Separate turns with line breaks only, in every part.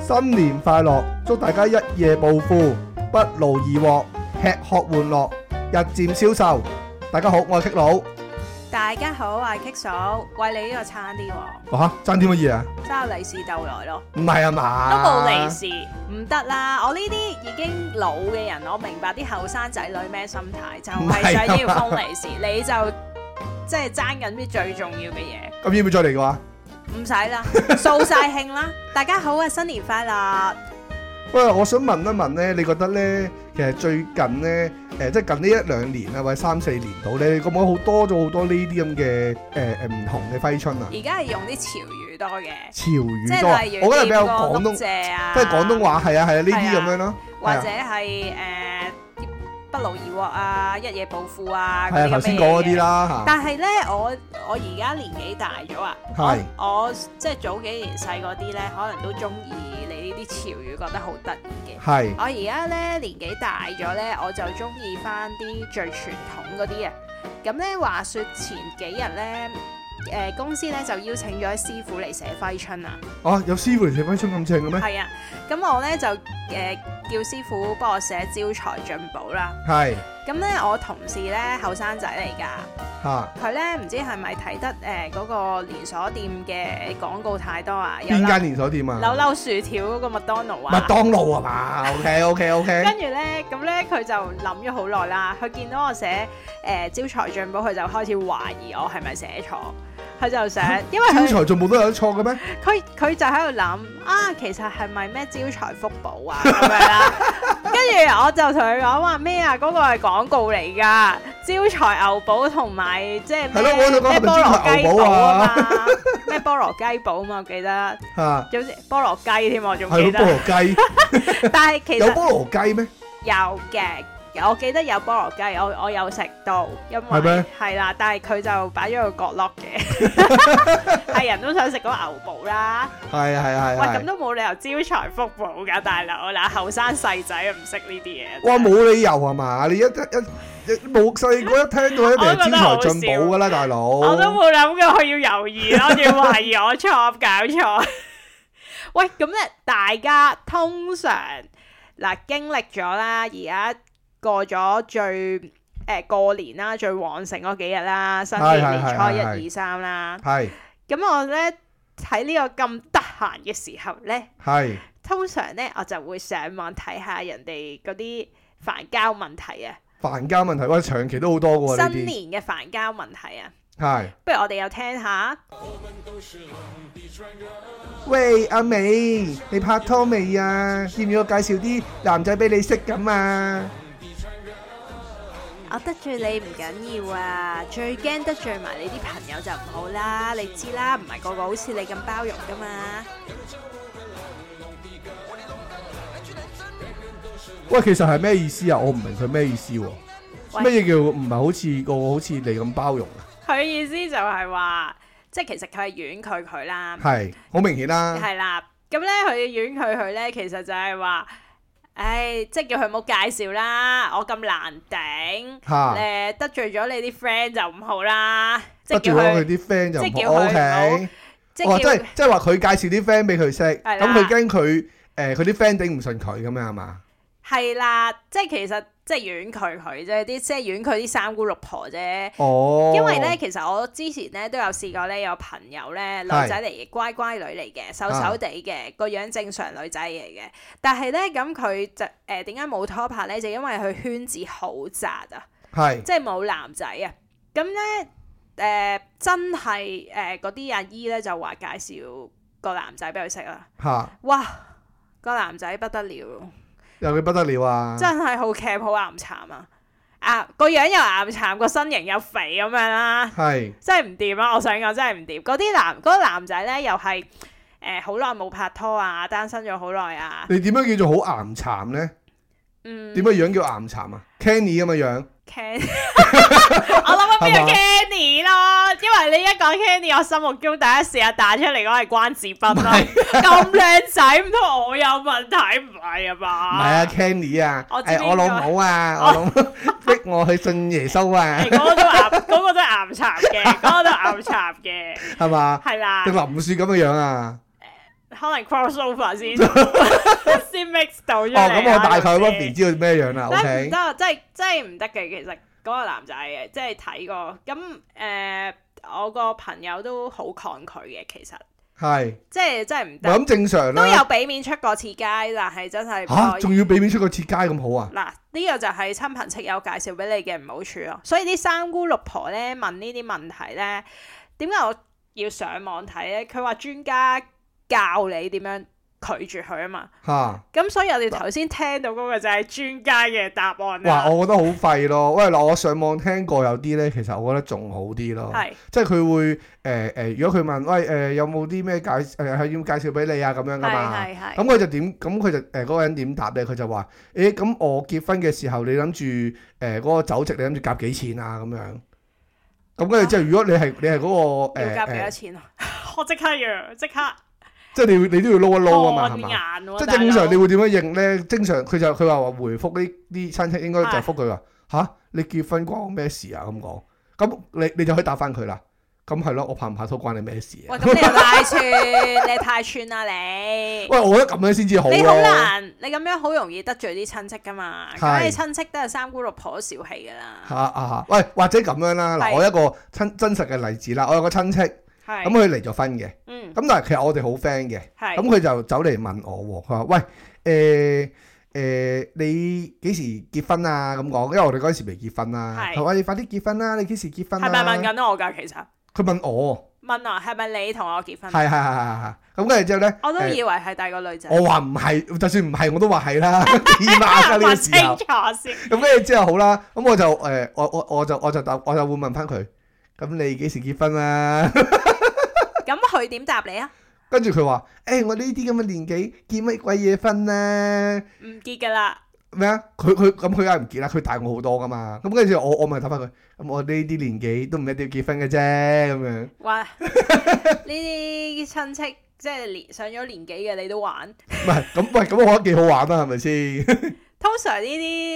新年快樂，祝大家一夜暴富，不勞而獲，吃喝玩樂，日漸消瘦。大家好，我係 K 佬。
大家好，我係 K 嫂，喂你呢個差啲喎，
哇嚇，爭啲乜嘢啊？
揸利是豆來咯，
唔係啊嘛？
都冇利是，唔得啦！我呢啲已經老嘅人，我明白啲後生仔女咩心態，就
唔係啊
係想要 封利是，你就即係爭緊啲最重要嘅嘢，
咁要唔要再嚟嘅話？
唔使啦，掃晒興 啦！大家好啊，新年快樂！
喂，我想問一問咧，你覺得咧，其實最近咧，誒、即係近呢一兩年啊，或者三四年度咧，你覺唔覺得好多咗好多呢啲咁嘅誒誒唔同嘅揮春啊？
而家係用啲潮語多嘅，
潮語多啊，
即係例如
我覺得比較
掂個
廣
碌
東，
蔗啊，
即係廣東話係啊係啊呢啲
係啊
咁樣咯，
或者係誒、呃不勞而獲啊，一夜暴富啊，
係啊
嗰
頭
啲咁
先
嘅
講嗰
嘢
啲。啦嚇，
但係咧，我我而家年紀大咗啊，
係
我即係早幾年細嗰啲咧，可能都中意你呢啲潮語，覺得好得意嘅。
係
我而家咧年紀大咗咧，我就中意翻啲最傳統嗰啲啊。咁咧話說前幾日咧，誒、公司咧就邀請咗師傅嚟寫揮春啊。
哦有師傅嚟寫揮春咁正嘅咩？
係啊，咁我咧就誒、呃叫師傅幫我寫招財進寶啦。
係
咁咧我同事咧後生仔嚟㗎，
嚇
佢咧唔知係咪睇得誒嗰、個連鎖店嘅廣告太多啊，有
邊
扭
間連鎖店
扭
啊？
扭薯條嗰個麥當勞
麥
啊。
當勞啊嘛，OK OK OK，
跟住咧，咁咧佢就諗咗好耐啦。佢見到我寫誒、呃招財進寶，佢就開始懷疑我係咪寫錯。佢就想，因為
招
佢
財進寶都有得錯嘅咩？
佢佢就喺度諗啊，其實係咪咩招財福寶啊 咁樣啦？跟住我就同佢講話咩啊？嗰、個係廣告嚟㗎，招財牛寶同埋即係
係咯我都
咩
講係
咩
咪
菠蘿
招財
雞
牛寶
寶
啊
啊嘛，咩菠蘿雞寶嘛，我記得，
嚇
總之菠蘿雞添，我仲
係
記
咯菠
得。
蘿雞，
但係其
有
實
菠蘿雞咩？
有嘅。我記得有菠蘿雞，我我有食到，因
係咩
為係啦，但係佢就擺咗個角落嘅， 係人都想食嗰個牛寶啦。
係係係
喂，咁
係。
都冇理由招財福寶噶，大佬嗱，後生細仔唔識呢啲嘢。
哇，冇理由係嘛？你一一一一冇細個一聽到一定係招財進寶㗎啦，大佬。
我都冇諗過佢要猶豫咯，仲要懷疑我錯，搞錯。 喂，咁咧，大家通常嗱經歷咗啦，而家過咗最誒、呃、過年啦，最旺盛嗰幾日啦，新年年初
係係係係
一二三啦。
係
咁我咧喺呢個咁得閒嘅時候咧。
係。
通常咧，我就會上網睇下人哋嗰啲煩交問題啊，
煩交問題，喂，長期都好多嘅喎呢
新
啲，
年嘅煩交問題啊。
係。
不如我哋又聽下，
喂，阿美，你拍拖未啊？要唔要我介紹啲男仔俾你識咁啊？
啊我得罪你唔緊要啊，最驚得罪埋你啲朋友就唔好啦。你知啦，唔係個個好似你咁包容噶嘛。
喂，其實係咩意思啊？我唔明佢咩意思喎、
喂
咩嘢叫唔係好似個個好似你咁包容啊？
佢意思就係話，即係其實佢係婉拒佢啦，
係，好明顯啦。
係啦。咁咧，佢婉拒佢咧，其實就係話，唉，即係叫佢冇介紹啦，我咁難頂。誒、
嚇，
得罪咗你啲 friend 就唔好啦，即
得
係
罪
叫
咗佢
佢，
啲 friend 就
即係
唔
叫
好 O
佢
K。
即
哦，
係
即
叫
係即係話佢介紹啲 friend 俾佢識，咁
係啦
佢驚佢誒佢啲 friend 頂唔順佢咁樣係嘛？
係啦，即係其實即係婉拒佢啫，啲即係婉拒啲三姑六婆啫。
哦，
因為咧，其實我之前咧都有試過咧，有朋友咧女仔嚟嘅，乖乖女嚟嘅，瘦
啊
瘦地嘅，個樣正常女仔嚟嘅。但係咧，咁佢就誒點解冇拖拍咧？就因為佢圈子好窄啊。
係
即係冇男仔啊。咁咧誒，真係誒嗰啲阿姨咧就話介紹個男仔俾佢識啦。
嚇，
哇！個男仔不得了，
又佢不得了啊！
真係好 c 好岩殘啊！啊，個樣又岩殘，個身形又肥咁樣啦、
係
真係唔掂啊！我想講真係唔掂。嗰啲男嗰、個男仔咧又係誒好耐冇拍拖啊，單身咗好耐啊。
你點樣叫做好岩殘咧？
嗯
點樣樣叫岩殘啊？Kenny 咁嘅樣，
Ken，我諗緊邊個 Kenny 咯，因為你一講 Kenny，我心目中第一時間彈出嚟嗰係關智斌
唔
咯，
係
咁靚仔，唔通我有問題？唔係
唔係
啊
啊
嘛？
，Kenny 啊，
我知
係我
邊個
老母啊，我老母逼我去信耶穌啊
誒，嗰個都岩，嗰個都 岩插嘅，嗰個都岩插嘅，
係嘛？
係啦
定。林雪咁嘅樣啊？
可能 crossover 先先 mix 到出嚟啊
哦，
啦。
咁我大概
嗰
Robin 知道咩樣啦
真係唔
，OK，
得，啊真係真係唔得嘅。其實嗰個男仔嘅，即係睇過咁誒，我個朋友都好抗拒嘅。其實
係，
即係真係唔
咪
得，
咁正常
都有
啦。
俾面出過次街，但係真係唔
吓，
可以
仲要俾面出個設街咁好啊？
嗱，呢個就係親朋戚友介紹俾你嘅唔好處咯。所以啲三姑六婆咧問呢啲問題咧，點解我要上網睇咧？佢話專家教你點樣拒絕佢啊嘛。
吓，
咁所以我哋頭先聽到嗰個就係專家嘅答案啊
哇，
啦。
我覺得好廢咯。喂，嗱，我上網聽過有啲咧，其實我覺得仲好啲咯。
係
即係佢會誒誒、呃呃如果佢問喂誒、呃有冇啲咩介誒係、要介紹俾你啊咁樣噶
係
嘛，
係係
咁佢就點咁佢就誒嗰、個人點答咧？佢就話誒咁我結婚嘅時候你諗住誒嗰個酒席你諗住夾幾錢啊咁樣，咁跟住之後如果你係你係嗰、個、
要
呃
夾幾多
呃
錢啊？ 我即刻要即刻
即係你會你都要撈一撈啊嘛係
汗
嘛？
眼喎，
即係
大佬
正常，你會點樣應咧？正常佢就佢話話回覆呢啲親戚應該就
係
覆佢話吓，你結婚關我咩事啊咁講，咁你你就可以答翻佢啦。咁係咯，我拍唔拍拖關你咩事啊
喂，？咁你又太串，你太串啦你。
喂，我覺得咁樣先至好
你好
咯。
難，你咁樣好容易得罪啲親戚噶嘛？咁
係
你親戚都係三姑六婆都小氣噶
嚇
啦，
啊！喂，或者咁樣啦，嗱，
係
我一個親真實嘅例子啦，我有個親戚，咁
係
佢離咗婚嘅，
嗯
咁但係其實我哋好 friend 嘅，
係
咁佢就走嚟問我喎，佢話：喂，誒、誒、你幾時結婚啊？咁講，因為我哋嗰陣時未結婚啦，
係
佢話：你快啲結婚啦！你幾時結婚
係咪問
啊？
緊我㗎？其實
佢問我，
問啊，係咪你同我結婚？啊
係係係係係，咁跟住之後咧，
嗯我都
誒
以為係第二個女仔，
我話唔係，就算唔係我都話係啦，天啊！呢個
問
時
清
候。
楚先。
咁跟住之後好啦，咁我就誒、呃我我我就我就答我就會問翻佢，咁你幾時結婚啊？
咁佢點答你啊？
跟住佢話：，誒、我呢啲咁嘅年紀結乜鬼嘢婚咧？
唔結㗎啦，
咩啊？佢佢咁佢梗係唔結啦，佢大我好多噶嘛。咁跟住我我咪答翻佢，咁我呢啲年紀都唔一定要結婚嘅啫，咁樣。
哇！呢啲親戚即係年上咗年紀嘅你都玩，
唔係咁喂，咁我覺得幾好玩啊啦，係咪 先？
通常呢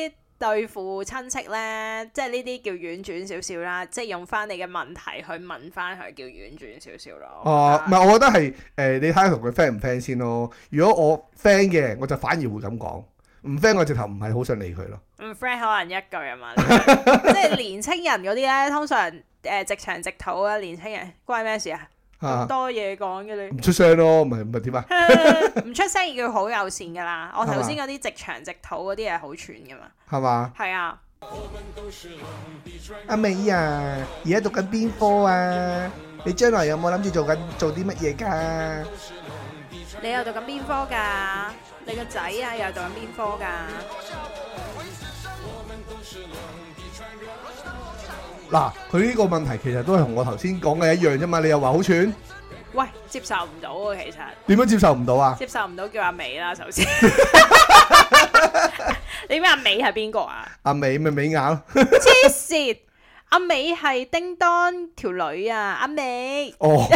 啲。對付親戚呢，即係呢啲叫婉轉少少啦，即係用翻你嘅問題去問翻佢，叫婉轉少少咯。啊
哦
我覺，得
唔係，我覺得係誒、呃你睇下同佢 friend 唔 friend 先咯。如果我 friend 嘅，我就反而會咁講；唔 friend 我直頭唔係好想理佢咯。
唔 friend 可能一句啊嘛，即係年青人嗰啲咧，通常誒、呃直腸直肚啊，年青人關咩事啊？咁
啊，
多嘢講嘅
唔
你，
出聲咯，咪咪點啊？
唔出聲要好友善噶啦。我頭先嗰啲直腸直肚嗰啲係好串噶嘛，
係嘛？
係啊，
阿美啊，而家讀緊邊科啊？你將來有冇諗住做緊做啲乜嘢㗎？
你又讀緊邊科㗎？你個仔啊又讀緊邊科㗎？
嗱，佢呢個問題其實都係同我頭先講嘅一樣啫嘛。你又話好串，
喂，接受唔到啊，其實
點樣接受唔到啊？
接受唔到叫阿美啦，首 先。你咩阿美係邊個啊？
阿美咪美雅咯。
黐線！阿美係叮當條女啊，阿美
哦，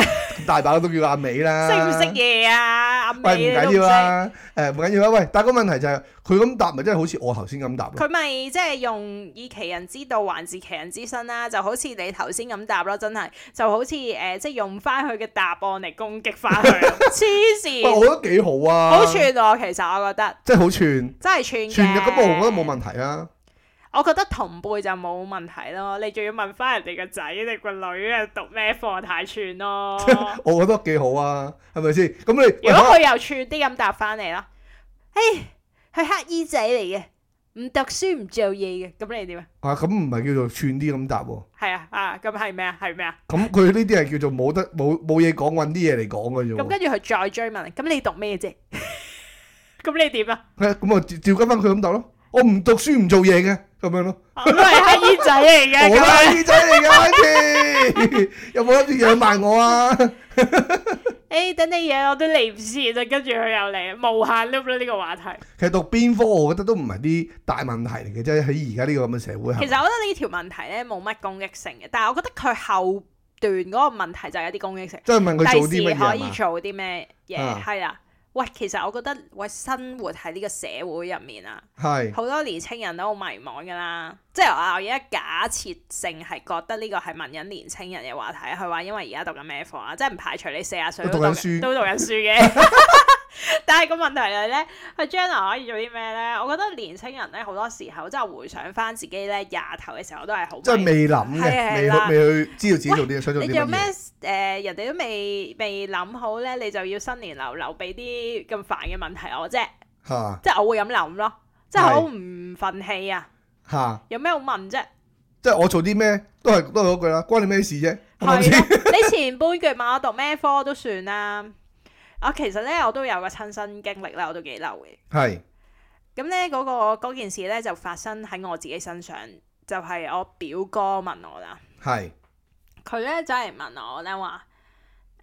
大把都叫阿美啦。
識唔識？嘢啊？阿
喂，
美
唔
你都唔
緊
識
要，啦。誒，唔緊要啦。啊喂，但係個問題就係佢咁答，咪真係好似我頭先咁答咯。
佢咪即係用以其人之道還治其人之身啦，就好似你頭先咁答咯，真係就好似誒、呃即係用翻佢嘅答案嚟攻擊翻 佢，黐
喂，
線，
我覺得幾好啊。
好串喎！其實我覺得
即係好串，
真係串嘅，
串嘅咁，我覺得冇問題啊。
我覺得同輩就冇問題咯，你仲要問翻人哋個仔、你個女啊讀咩課太 串咯。
我覺得幾好啊，係咪先？咁你
如果佢又串啲咁答翻嚟啦，唉，佢乞衣仔嚟嘅，唔讀書唔做嘢嘅，咁你點啊？
啊，咁唔係叫做串啲咁答喎。
係啊，啊，咁係咩啊？係咩啊？
咁佢呢啲係叫做冇得冇冇嘢講，揾啲嘢嚟講嘅啫
咁
喎。
跟住佢再追問，咁你讀咩啫？ 咁你點 啊？
係咁我照照跟翻佢咁答咯。我唔讀書唔做嘢嘅咁樣咯。
我都係乞衣仔嚟嘅，
我
咁啊
係仔嚟㗎， 有冇諗住養埋我啊？
誒，等你嘢我都嚟唔切啦，跟住佢又嚟，無限 loop 啦呢個話題。
其實讀邊科，我覺得都唔係啲大問題嚟嘅啫。喺而家呢個咁嘅社會
其
係
實我覺得呢條問題咧冇乜攻擊性嘅，但係我覺得佢後段嗰個問題就有啲攻擊性。
真係問
第
佢做
時
啲乜嘢
可
係
以
嘛
做啲咩嘢？
啊
係啦，喂，其實我覺得喂生活喺呢個社會入面啊，
係
好多年青人都好迷茫㗎啦。即係我而家假設性係覺得呢個係文人年青人嘅話題，佢話因為而家讀緊咩課啦，即係唔排除你四十歲
都讀緊書
都讀緊書 嘅。但係個問題係咧，佢將來可以做啲咩咧？我覺得年青人咧好多時候真係回想翻自己咧廿頭嘅時候都係好
即係
迷
未諗
係係
嘅，未
啦
去未去知道自己做啲嘢想做啲
你
乜
有咩
嘢。
誒、人哋都未未諗好咧，你就要新年流流俾啲咁煩嘅問題我啫，
嚇
即係我會咁諗咯，即係好
係
唔憤氣啊！
嚇，
有咩好問啫？
即係我做啲咩都係都係嗰句啦，關你咩事啫？係咪
係
先？
咯，你前半句問我讀咩科都算啦。我其實咧我都有個親身經歷啦，我都幾嬲嘅。
係
咁咧嗰個嗰件事咧就發生喺我自己身上，就係、我表哥問我啦。
係
佢咧走嚟問我咧話，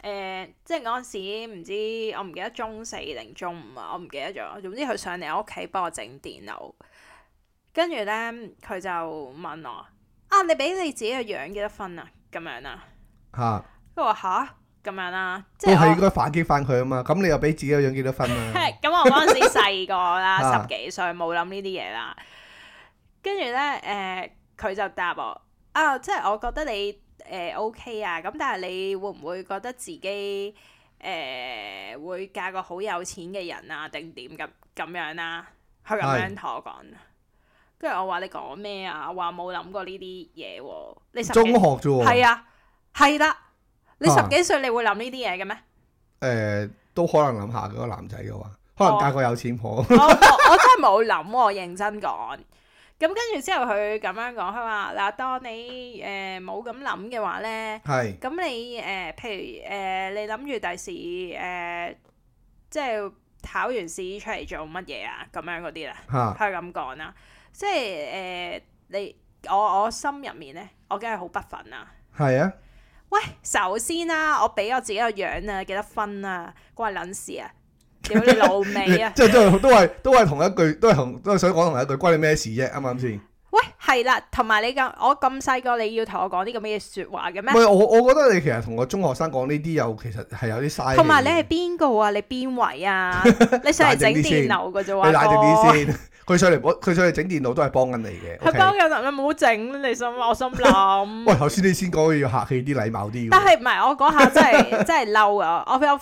誒、呃即係嗰陣時唔知我唔記得中四定中五啊，我唔記得咗。總之佢上嚟我屋企幫我整電腦，跟住咧佢就問我：啊，你俾你自己嘅樣幾多分啊？咁樣啦、
嚇，
跟住我話吓，咁樣啦、即
都
係
係應
我
該反擊翻佢啊嘛。咁你又俾自己個樣幾多分啊？
咁我嗰陣時細個啦，
啊
十幾歲冇諗呢啲嘢啦。跟住咧，誒、佢就答我啊，即係我覺得你誒、OK 啊，咁但係你會唔會覺得自己誒、會嫁個好有錢嘅人啊，定點咁咁樣啦、佢咁樣同我講。跟住我話你講咩啊？我話冇諗過呢啲嘢喎。你十幾
中學啫喎，
係啊，係啦。你十
啊
幾歲你會諗呢啲嘢嘅咩？
誒都可能諗下嘅個男仔嘅話，可能嫁個有錢 婆。
我我我真係冇諗喎，認真講。咁跟住之後，佢咁樣講，佢話嗱，當你誒冇咁諗嘅話咧，
係
咁你誒、呃譬如誒、呃你諗住第時誒，即係考完試出嚟做乜嘢啊？咁樣嗰啲啦，
嚇
佢咁講啦，即係誒、呃你我我心入面咧，我梗係好不忿啦。
係啊，
喂，首先啦、我俾我自己個樣啊，幾多分啊？關你撚事啊！屌你老味啊！
即係都係都係都係同一句，都係同都係想講同一句，關你咩事啫？啱唔啱先？
喂，係啦，同埋你咁，我咁細個，你要同我講啲咁嘅説話嘅
唔
咩？
係我，我覺得你其實同個中學生講呢啲又其實係有啲嘥氣嘅。
同埋你係邊個啊？你邊 位啊？你上嚟整電腦嘅啫喎，
你冷靜啲
哥。
先。 佢上嚟幫佢上嚟整電腦都係幫緊你嘅。
佢幫
OK。
緊我，你唔好整你心，我心 諗。
喂，頭先你先講嘢要客氣啲、禮貌啲喎。
但係唔係我嗰下真係 真係嬲啊！我有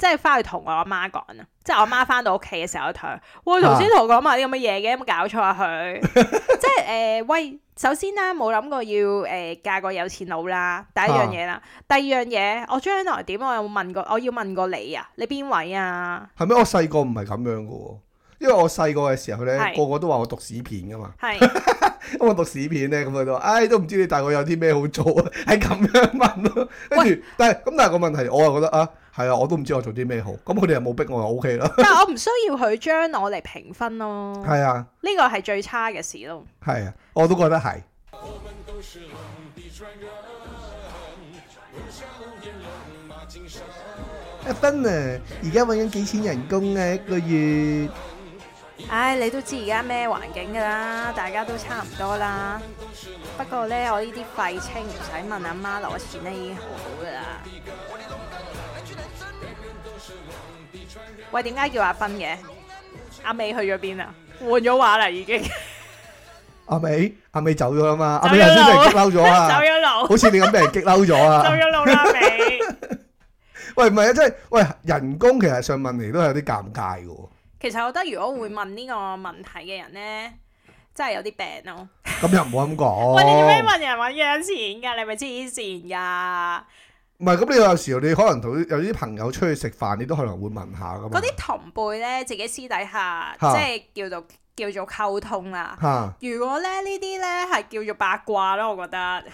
即係翻去同我阿媽講啊，即係我阿媽翻到屋企嘅時候，我同佢：喂，頭先同我講埋啲咁嘅嘢嘅，有冇搞錯啊？ 佢即係誒、呃喂，首先啦，冇諗過要誒、呃嫁個有錢佬啦，第一
啊
樣嘢啦，第二樣嘢，我將來點？我有冇問過？我要問過你啊，你邊位啊？
係咩？我細個唔係咁樣嘅喎，因為我細個嘅時候咧，
係
個個都話我讀屎片噶嘛。
係
咁我讀屎片咧，咁佢都話：，唉，都唔知你大個有啲咩好做啊， 係咁樣問咯。跟住，但係咁，但係個問題，我又覺得啊，係啊，我都唔知我做啲咩好。咁佢哋又冇逼我，就 O K 啦。
但係我唔需要佢將我嚟評分咯，
係啊，
呢個係最差嘅事咯。
係啊，我都覺得係。
我们都是冷的传人，不像无人戎马精神。
阿芬啊，而家揾緊幾錢人工啊？一個月。
唉，你都知而家咩環境㗎啦，大家都差唔多啦。不過呢，我呢啲廢青唔使問阿媽攞錢咧，已經好好㗎啦。喂，點解叫阿芬嘅？阿美去咗邊啊？換咗話啦，已經走
阿美，阿美走咗啦嘛，
走
阿美頭先俾人激嬲咗 啊，
咗路，
好似你咁俾人激嬲咗
走
啊！
咗路啦，阿美。
喂，唔係啊，真係喂，人工其實上問嚟都有啲尷尬嘅喎。
其實我覺得如果會問呢個問題嘅人呢，真係有啲病咯。
咁又唔好咁講。
喂，你做咩問人揾幾多錢㗎？你咪黐線㗎！
唔係咁，你有時候你可能同啲有啲朋友出去食飯，你都可能會問下噶嘛
嗰。啲同輩咧，自己私底下即
啊嚇
係叫做叫做溝通啦。
嚇，
如果咧呢啲咧係叫做八卦咯，我覺得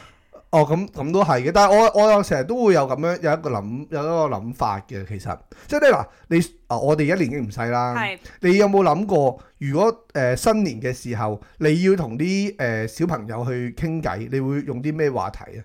哦咁咁都係嘅，但係我我有成日都會有咁樣有一個諗有一個諗法嘅，其實即係咧嗱，你啊我哋而家年紀唔細啦，
係
你有冇諗過，如果誒、呃新年嘅時候，你要同啲誒小朋友去傾偈，你會用啲咩話題啊？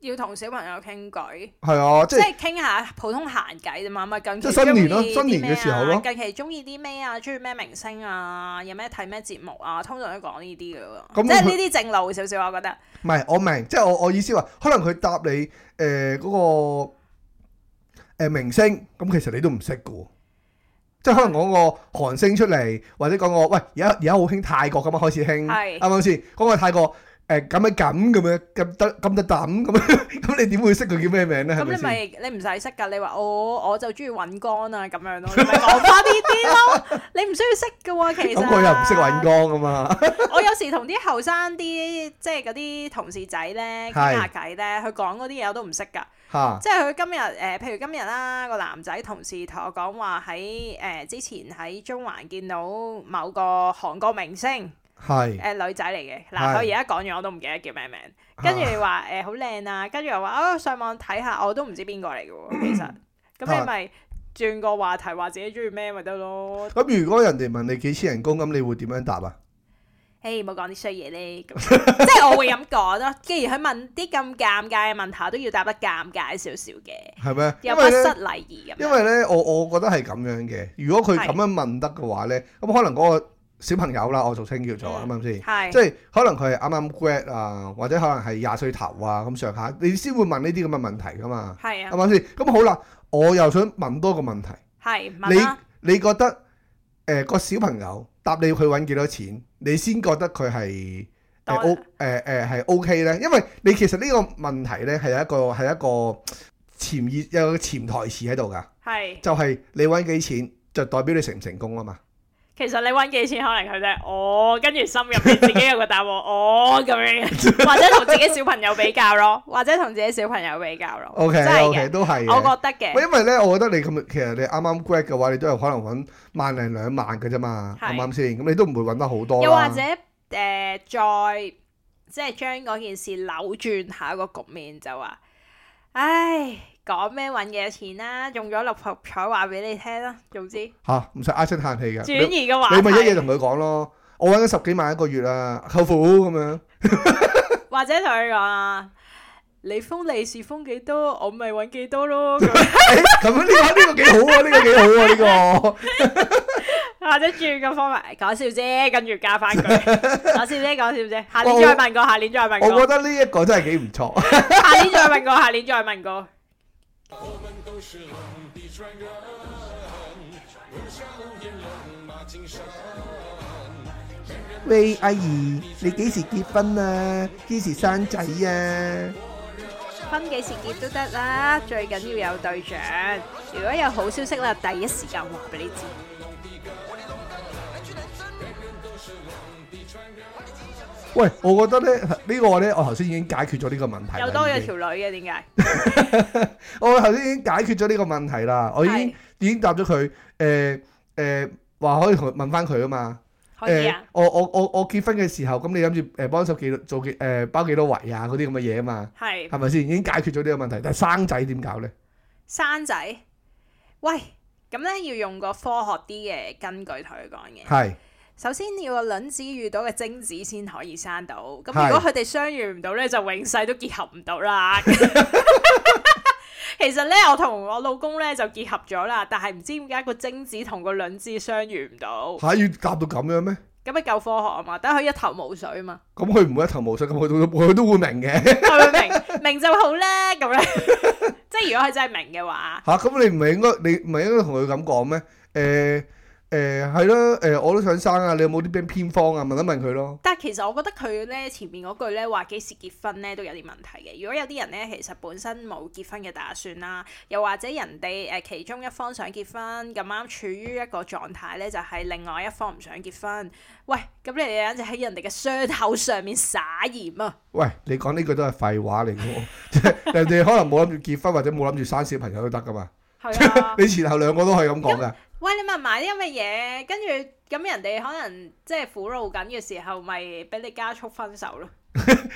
要同小朋友傾偈，
係啊，即
即
係
係傾下普通閒偈啫嘛。咪近期
即係新年咯
鍾意啲
新年嘅時候咯
咩啊近期中意啲咩啊？中意咩明星啊？有咩睇咩節目啊？通常都講呢啲嘅喎，
咁
即係
佢
呢啲正路少少，我覺得
唔呃係我明，即係我我意思話，可能佢答你誒嗰、個誒呃明星，咁其實你都唔識嘅喎。即係可能講個韓星出嚟，或者講個喂，而家而家好興泰國咁啊，開始興，
係
啱唔啱先？講個泰國誒咁樣咁咁樣咁得咁得膽咁樣，咁你 點會識佢叫咩名咧？係
咁
咪
你
先？
咪你唔使識㗎，你話哦我我就中意揾光啊咁樣咯，你咪講翻呢啲咯，你唔需要識㗎喎其實。
咁佢又唔識揾。光啊嘛，
我有時同啲後生啲即係嗰啲同事仔咧傾下偈咧，佢講嗰啲嘢我都唔識㗎。
嚇
即係佢今日誒、呃譬如今日啦，個男仔同事同我講話喺誒之前喺中環見到某個韓國明星誒、
係
呃女仔嚟嘅，
嗯
嗱
係
佢而家講完我都唔記得叫咩名，跟住話誒好靚啊，跟住又話啊上網睇下，我都唔知邊個嚟嘅喎，其實咁你咪轉個話題話自己中意咩咪得咯，
咁如果人哋問你幾千人工，咁你會點樣答啊？
誒冇講啲衰嘢咧， 咁即係我會咁講咯。既然佢問啲咁尷尬嘅問題，我都要答得尷尬少少嘅，
係咪？
又
因
不
為
失
咧，
禮儀咁
因
樣。
為咧，我我覺得係咁樣嘅。如果佢
係
咁樣問得嘅話咧，咁可能嗰個小朋友啦，我俗稱叫做啱
嗯
唔啱先？
係
即係可能佢係啱啱 grad 啊，或者可能係廿歲頭啊咁上下，你先會問呢啲咁嘅問題噶嘛，
係啊
係。咪先？咁好啦，我又想問多個問題，
係問
你
啦，
你覺得誒個、小朋友答你去揾幾多錢，你先覺得佢係
多
誒
啊
O 誒誒係 OK 咧？因為你其實呢個問題咧係有一個係一個潛意有個潛台詞喺度㗎，
係
就係、你揾幾錢就代表你成唔成功啊嘛。
其實你揾幾錢，可能佢都係我，跟住心入邊自己有個答案，我咁 樣，或者同自己小朋友比較咯，或者同自己小朋友比較咯
OK
哦真係
OK
嘅，
都係嘅。
我覺得嘅，
喂，因為咧，我覺得你咁，其實你啱啱 grad 嘅話，你都係可能揾萬零兩萬嘅啫嘛，
係
啱唔啱先？咁你都唔會揾得好多
又或
啦
者。誒再即係將嗰件事扭轉下一個局面，就話，唉，講咩揾幾多錢啦，中咗六合彩話俾你聽啦，總之
嚇，唔使唉聲嘆氣嘅。
轉
你
移嘅話
你咪一嘢
題，
同佢講咯，我揾緊十幾萬一個月啊，舅父咁樣。
或者同佢講啊，你封利是封幾多，我咪揾幾多 咯。咁
誒咁呢個呢個幾好啊，呢個幾好啊，呢個。
或者轉個方法講笑啫，跟住加翻 句講笑啫，講笑啫。下年再問過，下年再問
我覺
過，
得呢一個真係幾唔錯。
下年再問過，下年再問過。
我们都是冷的传人，不笑也冷马精神。
喂，阿姨，你幾時結婚啊？幾時生仔啊？
分幾時結都得啦，最緊要有對象。如果有好消息啦，第一時間話俾你知。
喂，我覺得咧呢個咧，我頭先已經解決咗呢個問題啦。
又多
已
咗
經
條女嘅，點解？
我頭先已經解決咗呢個問題啦，我已經
係
已經答咗佢，誒誒話可以同佢問翻佢啊嘛。
可以啊
誒，我我我我結婚嘅時候，咁你諗住誒幫手幾多做幾誒、包幾多圍啊嗰啲咁嘅嘢啊嘛，
係
係咪先？已經解決咗呢個問題，但係生仔點搞咧？
生仔。喂，咁咧要用個科學啲嘅根據同佢講嘅。
係
首先要個卵子遇到嘅精子先可以生到，咁
係
如果佢哋相遇唔到咧，就永世都結合唔 到啦。 其實咧，我同我老公咧就結合咗啦，但係唔知點解個精子同個卵子相遇唔到，
嚇要答到咁樣咩？
咁咪夠科學啊嘛，等佢一頭霧水啊嘛，
咁佢唔會一頭霧水，咁佢都佢都會明嘅嚇。
佢會明明就好啦，咁樣。 即係如果佢真係明嘅話，
咁、你唔係應該你唔係應該同佢咁講咩？誒誒係咯，誒、我都想生啊，你有冇啲咩偏方啊？問一問佢咯。
但係其實我覺得佢咧前面嗰句咧話幾時結婚咧都有啲問題嘅。如果有啲人咧其實本身冇結婚嘅打算啦，又或者人哋誒、呃其中一方想結婚，咁啱處於一個狀態咧就係、另外一方唔想結婚。喂，咁你哋簡直喺人哋嘅傷口上面撒鹽 啊！
喂，你講呢句都係廢話嚟嘅喎， 即係人哋可能冇諗住結婚或者冇諗住生小朋友都得噶嘛。
係啊
，你前後兩個都係咁講噶，
喂，你咪買啲咁嘅嘢，跟住咁人哋可能即係苦惱緊嘅時候，咪俾你加速分手咯。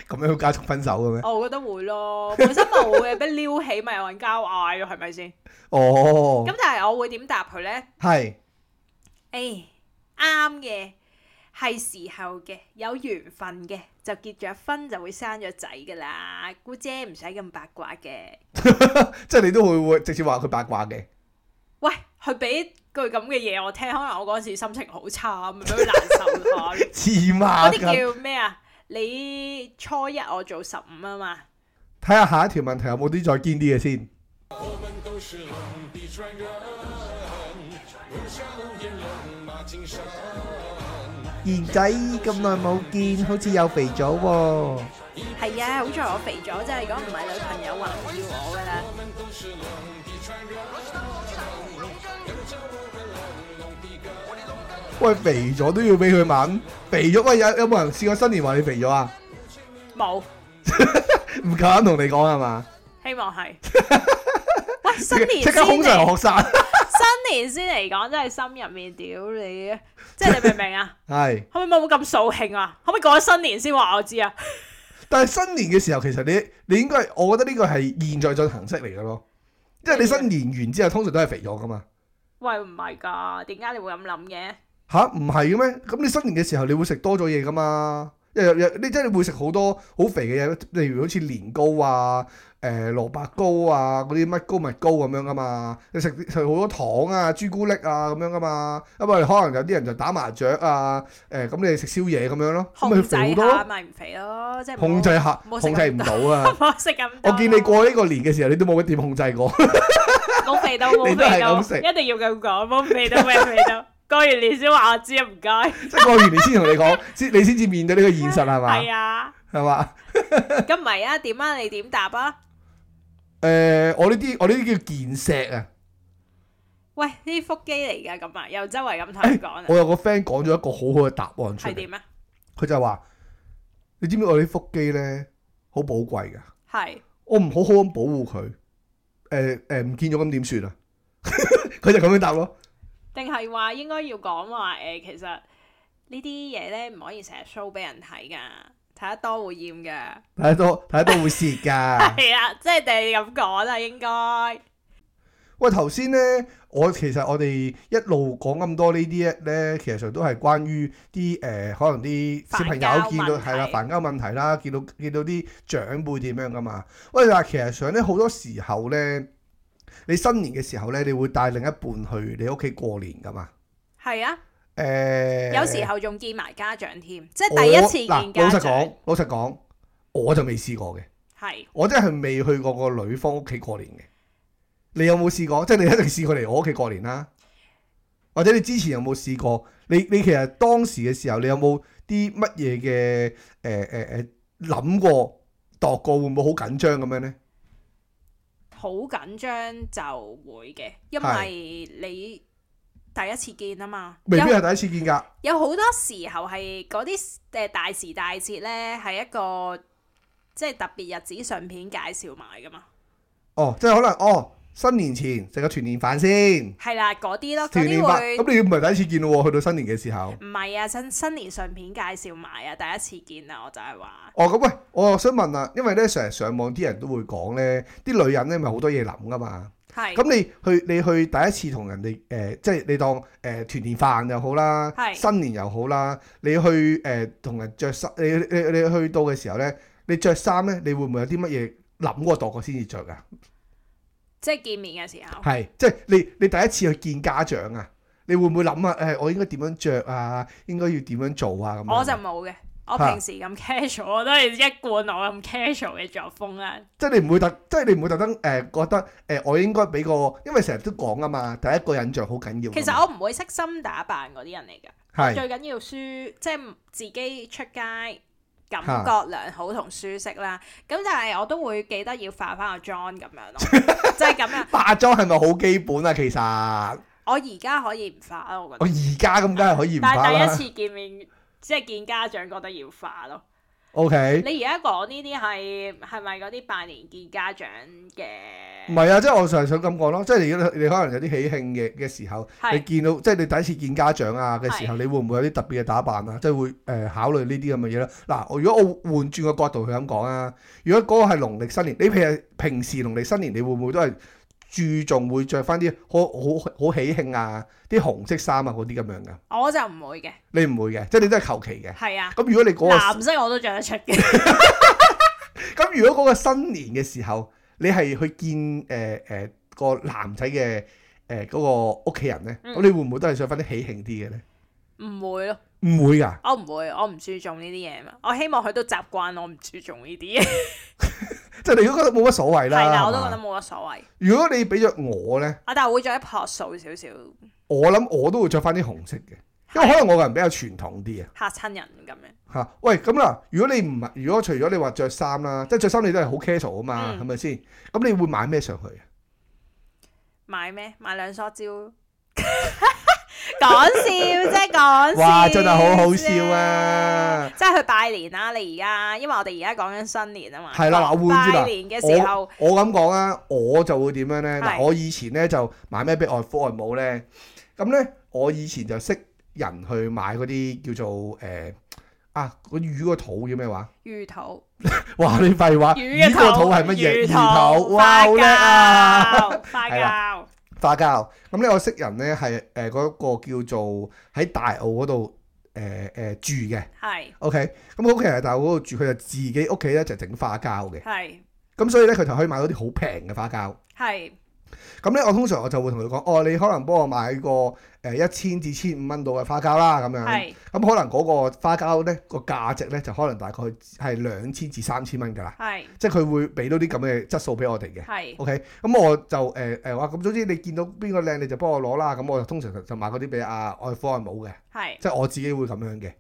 咁樣會加速分手嘅咩？
我覺得 會咯，本身冇嘅，俾撩起咪有人交嗌咯，係咪先？
哦
咁，但係我會點答佢呢？
係
誒啱嘅，係時候嘅，有緣分嘅就結咗婚就會生咗仔噶啦，姑姐唔使咁八卦嘅。
即係你都會會直接話佢八卦嘅。
喂，佢俾句咁嘅嘢我聽，可能我嗰時心情好差，咪俾佢難受下咯
黐孖
嗰
筋，
啲叫咩啊？dạ 你初一我做十五啊嘛，
睇下下一條問題有冇啲再堅啲嘅先。
我们都是龙的传人，不下龙也龙马精神。
賢仔咁耐冇見，好似又肥咗喎。
係啊，好在我肥咗啫，如果唔係女朋友話唔要我㗎啦。
我们都是龙的传人，跟着我们龙龙的歌。
喂，肥咗都要俾佢問，肥咗喂有有冇人試過新年話你肥咗啊？
冇，
唔夠膽同你講係嘛？
希望係。喂，新年
即
先
刻空上
嚟，
學生，
新年先嚟講，真係心入面屌你，即係你明唔明啊？
係。
可唔可以冇咁掃興啊？可唔可以過咗新年先話我知啊？
但係新年嘅時候，其實你你應該係，我覺得呢個係現在進行式嚟嘅咯。即係你
啊
新年完之後，通常都係肥咗噶嘛。
喂，唔係㗎，點解你會咁諗嘅？
吓？唔係嘅咩？咁你新年嘅時候，你會食多咗嘢噶嘛？因為有有你真係會食好多好肥嘅嘢，例如好似年糕啊、誒、蘿蔔糕啊、嗰啲乜糕蜜糕咁樣噶嘛。你食食好多糖啊、朱古力啊咁樣噶嘛。咁啊，可能有啲人就打麻雀啊，誒、咁你食宵夜咁樣咯，咁咪
控制
肥好多咯
下。咪唔肥咯，即係唔好
控制 下，
唔好食
控
咁
制唔到啊！
唔好食咁多。
我見你過呢個年嘅時候，你都冇乜點控制過。
冇肥到，冇
你都
肥
係
到，
咁食
一定要咁講，冇肥到，冇肥到。過完年先話我知啊，唔該。
即係過完年先同你講，先你先至面對呢個現實係 嘛？
係啊，
係嘛？
咁唔係啊？點啊？你點答啊？
誒、我呢啲我呢啲叫健碩啊！
喂，呢啲腹肌嚟㗎咁啊，又周圍咁同
哎
人講啊，
我有個 friend 講咗一個好好嘅答案出
係
嚟，
點啊？
佢就話：你知唔知我啲腹肌咧好寶貴㗎？
係
我唔好好咁保護佢，誒誒唔見咗咁點算啊？ 佢就咁樣答咯。
定係話應該要講話誒？其實呢啲嘢咧唔可以成日 show 俾人睇㗎，睇得多會厭㗎。
睇得多睇得多會蝕㗎。
係啊，即係你咁講啦，應該係
喂，頭先呢，我其實我哋一路講咁多呢啲呢，其實上都係關於啲誒、呃可能啲小朋友見到
煩交問題
係啦，煩交問題啦，見到見到啲長輩點樣噶嘛。喂，但係其實上呢，好多時候呢，你新年嘅時候呢，你會帶另一半去你屋企過年噶嘛？
啊，
誒、
有時候仲見埋家長添，即
我
係第一次見
嗱，老
家
實
長
講，老實講，我就未試過嘅，
係。
我真係未去過個女方屋企過年嘅。你有冇試過？即係你一定試過嚟我屋企過年啦，或者你之前有冇試過？你你其實當時嘅時候，你有冇啲乜嘢嘅誒誒誒諗過、度過會唔會好緊張咁樣呢？
好緊張就會嘅，因
係
為你第一次見啊嘛，
未必
有
係第一次見㗎，
有好多時候係嗰啲誒大時大節呢，係一個即係特別日子順便介紹埋噶嘛，
哦，即係可能哦，新年前食個團年飯先，
係啦嗰啲咯，嗰
團年
啲
飯
會
咁你唔係第一次見咯喎，去到新年嘅時候。
唔係啊新新年順便介紹埋啊，第一次見啊，我就係話
哦，咁喂，我又想問啦，因為咧成日上網啲人都會講咧，啲女人咧咪好多嘢諗噶嘛。
係
咁你去你去第一次同人哋誒、呃即係你當誒、呃、團年飯又好啦，
係
新年又好啦，你去誒同、人着衫，你你你去到嘅時候咧，你着衫咧，你會唔會有啲乜嘢諗過度過先至着噶？
即係見面嘅時候，
係，即係你你第一次去見家長啊，你會唔會諗啊？誒、我應該點樣着啊？應該要點樣做啊？咁樣
我就冇嘅。我
嚇
平時咁 casual，我都係一貫我咁 casual 嘅作風啊啦。
即係你唔會特，即係你唔會特登誒、呃、覺得誒、呃我應該俾個，因為成日都講啊嘛，第一個印象好緊要啊㗎嘛。
其實我唔會悉心打扮嗰啲人嚟㗎。
係
最緊要舒，即係自己出街感覺良好同舒適啦。咁但係我都會記得要化翻個妝咁 樣咯，就係咁樣。
化妝係咪好基本啊？其實我
我而家可以唔化咯，我覺得。
而家咁梗係可以唔
但
化
係
啦。
第一次見面，即係見家長覺得要化咯。
O K，
你而家講呢啲係係咪嗰啲拜年見家長嘅？
唔係啊，即係我就係想咁講咯，即係你你可能有啲喜慶嘅嘅時候，你
係
見到即係你第一次見家長啊嘅時候，你會唔會有啲特別嘅打扮啊？即係會誒、呃考慮呢啲咁嘅嘢咧？嗱，我如果我換轉個角度去咁講啊，如果嗰個係農曆新年，你譬如平時農曆新年，你會唔會都係注重會着翻啲好好好喜慶啊、啲紅色衫啊嗰啲咁樣噶？
我就唔會嘅，
你唔會嘅，即係你都係求其嘅。
係啊，
咁如果你嗰、
藍色我都着得出嘅，
個咁如果嗰個新年嘅時候，你係去見誒誒個男仔嘅呃誒嗰個屋企人咧，咁、
嗯
你會唔會都係着翻啲喜慶啲嘅咧？
唔會咯。
唔會㗎。
我唔會，我唔注重呢啲嘢嘛。我希望佢都習慣我唔注重呢啲嘢。
即係你都覺得冇乜所謂啦。
係啦，我都
係嘛
覺得冇乜所謂。
如果你俾着我咧，
啊，但係會着得樸素少少，
我諗我都會着翻啲紅色嘅，因為可能我個人比較傳統啲啊。
嚇親人咁樣。
嚇、喂，咁啦，如果你唔係，如果除咗你話着衫啦，即係着衫你都係好 casual 啊嘛，
嗯
係咪先？咁你會買咩上去啊？
買咩？買兩梳蕉。 講笑啫，講笑。
哇，真係好好笑！啊！
即係去拜年啦，你而家，因為我哋而家講緊新年啊嘛。
係啦，嗱，換住
拜
嗱，
年嘅時候，
我咁講啊，我就會點樣咧？嗱，
係
我以前咧就買咩俾外父外母咧，咁咧我以前就識人去買嗰啲叫做誒、呃啊個魚個肚叫咩話？
魚肚，
哇！你廢話，
魚嘅
啊魚個肚係乜嘢？魚肚，哇！
花
好叻啊！
膠，花
係
膠，
花膠。咁咧，我識人咧係誒嗰個叫做喺大澳嗰度誒誒住嘅。
係
OK，咁佢屋企人喺大澳嗰度住，佢就自己屋企咧就整花膠嘅。
係
咁所以咧，佢就可以買到啲好平嘅花膠。
係
咁咧，我通常我就會同佢講，哦，你可能幫我買個呃誒一千至千五蚊度嘅花膠啦，咁樣。
係
咁可能嗰個花膠咧個價值咧就可能大概係兩千至三千蚊㗎啦，
係
即係佢會俾到啲咁嘅質素俾我哋嘅。
係
OK，咁我就誒誒話，咁、總之你見到邊個靚你就幫我攞啦，咁我就通常就就買嗰啲俾阿外父外母嘅，
係。
即係我自己會咁樣嘅。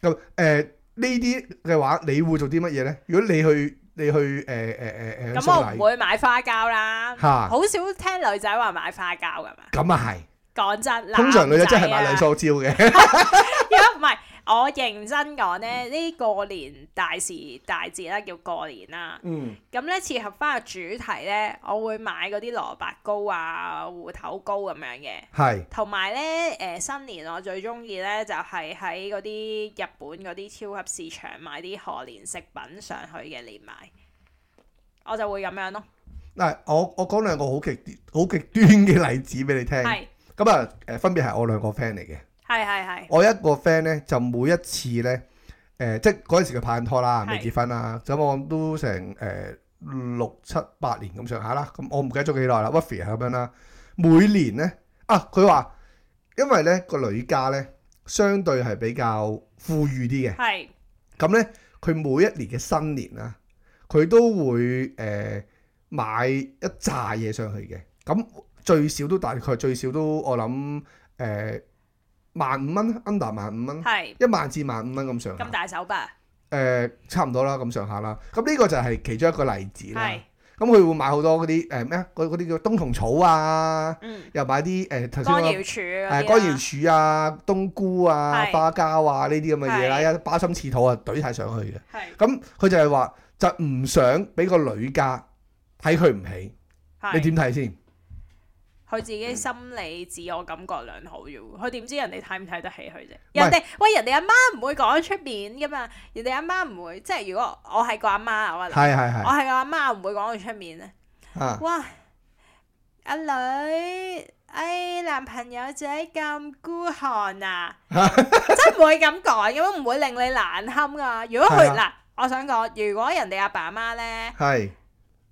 咁誒呢啲嘅話，你會做啲乜嘢咧？如果你去你去誒呃誒誒誒
咁我
送
唔
禮
會買花膠啦，
嚇，
好少聽女仔話買花膠噶嘛。
咁啊
講真，
係，通常女仔真係買
男
兩
仔
梳
啊。
蕉嘅，
因為唔係，我認真講咧，呢過年大時大節啦，叫過年啦。
嗯，
咁咧切合翻個主題咧，我會買嗰啲蘿蔔糕啊、芋頭糕咁樣嘅。
係
同埋咧，誒、新年我最中意咧就係喺嗰啲日本嗰啲超級市場買啲賀年食品上去嘅連埋，我就會咁樣咯。
嗱，我我講兩個好極端好極端嘅例子俾你聽，
係
咁啊誒分別係我兩個 friend 嚟嘅。
係係係
我一個 friend 咧就每一次咧，誒、即係嗰陣時佢拍緊拖啦，
係
未結婚啦，咁我諗都成誒、六七八年咁上下啦，咁我唔記得咗幾耐啦，Wuffy 係咁樣啦，每年咧啊，佢話因為咧個女家咧相對係比較富裕啲嘅，
係
咁咧佢每一年嘅新年啦，佢都會誒、買一扎嘢上去嘅，咁最少都大概最少都我諗誒萬五蚊 under 萬五蚊，
係
一萬至萬五蚊咁上下，
咁
誒、
大手筆，
差唔多啦咁上下啦。咁呢個就係其中一個例子啦
係。
咁佢會買好多嗰啲誒咩啊嗰嗰啲叫冬蟲草啊，
嗯，
又買啲誒頭先
乾
我
瑤柱嗰啲啦
誒乾瑤柱啊、冬菇啊、
係
花膠啊呢啲咁嘅嘢啦，
係
一包心刺肚啊，懟晒上去嘅。
係
咁佢就係話就唔想俾個女家睇佢唔起，你
係
點睇先？
佢自己心理自我感覺良好啫喎，佢點知人哋睇唔睇得起佢啫？人哋喂人哋阿媽唔會講喺出面噶嘛，人哋阿媽唔會，即係如果我係個阿媽，我
係係
我
係
係個阿媽，唔會講佢出面咧。
啊！
哇！阿女，哎，男朋友仔咁孤 寒啊，真唔會咁講，咁唔會令你難堪噶。如果佢
係啊
嗱，我想講，如果人哋阿爸媽咧，
係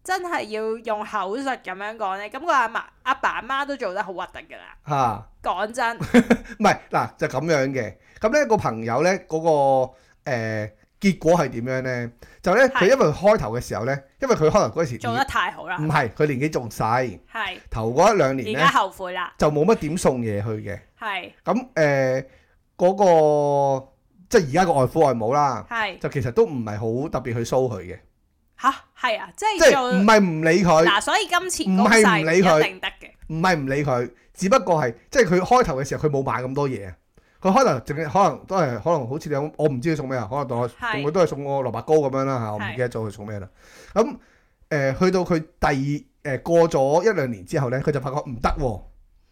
真係要用口述咁樣講咧，咁個阿嫲阿爸媽都做得好核突噶啦。
嚇，
講 真，
唔係嗱就咁樣嘅。咁咧個朋友咧嗰個誒結果係點樣咧？就咧佢
係
因為開頭嘅時候咧，因為佢可能嗰時
做得太好啦
唔，係佢年紀仲細，
係
頭嗰一兩年
而
咧
家後悔啦，
就冇乜點送嘢去嘅。
係
咁誒嗰個即係而家個外父外母啦，
係
就其實都唔係好特別去騷佢嘅，
吓，係啊，即
即
係做
係唔係唔理佢。
嗱，所以今次
唔
攻
係唔
勢
理佢
一定得嘅，
唔係唔理佢，只不過係即係佢開頭嘅時候佢冇買咁多嘢啊。佢開頭淨係可能都係可能好似你咁，我唔知佢送咩啊，可能當我送
係
佢都係送我蘿蔔糕咁樣啦嚇，我唔
係
記得咗佢送咩啦。咁誒、呃去到佢第二誒、呃、過咗一兩年之後咧，佢就發覺唔得喎，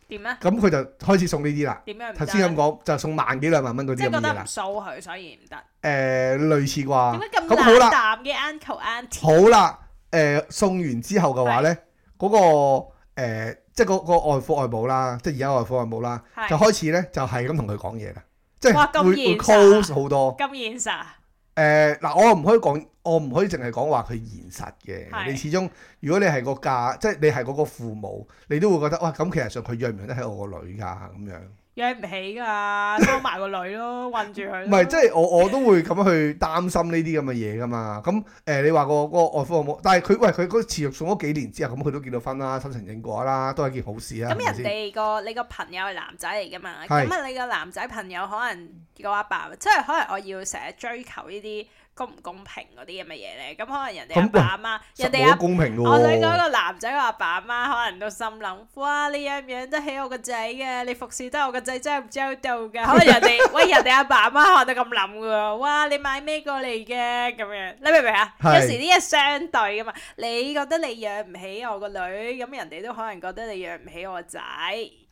點咧？
咁佢就開始送呢啲啦。
點樣唔
頭
得
先咁
呢？
講就送萬幾兩萬蚊嗰
即
啲咁
係
嘅
覺得
嘢
唔
啦。
掃佢，所以唔得。
誒、類似
點
啩。
解咁
咁好
冷
啦，
淡嘅 uncle auntie？
好啦，誒、送完之後嘅話咧，嗰、個、呃、即係嗰個外父外母啦，即係而家外父外母啦。就
係
開始咧就係咁同佢講嘢啦，即
哇
係
咁
會
現
會
實啊
close 好多。
咁現實啊，
誒嗱，我唔可以講，我唔可以淨係講話佢現實嘅。
係
你始終如果你係個嫁，即係你係嗰個父母，你都會覺得哇，咁其實上佢養唔養得起我個女㗎咁樣。
養唔起㗎，收埋個女咯，韞住佢咯。
唔係，即係我我都會咁樣去擔心呢啲咁嘅嘢噶嘛。咁誒、你話個嗰個外父母，但係佢喂佢嗰持續送咗幾年之後，咁佢都結到婚啦，修成正果啦，都係件好事啊。係咪
咁人
先
哋個你個朋友係男仔嚟噶嘛？
係
咁啊，你個男仔朋友可能個阿爸，即係可能我要成日追求呢啲公唔公平嗰啲咁嘅嘢咧。咁可能人哋
咁
阿爸阿媽，
實
人
冇
哋
得
阿
公平嘅
我想
喎。
講個男仔個阿爸阿媽可能都心諗：哇，你養唔養得起我個仔嘅？你服侍得我個仔真係唔周到㗎。可能人哋喂人哋阿爸阿媽可能都咁諗㗎喎。哇，你買咩過嚟嘅？咁樣你明唔明啊？
係
有時啲嘢相對㗎嘛。你覺得你養唔起我個女，咁人哋都可能覺得你養唔起我個仔，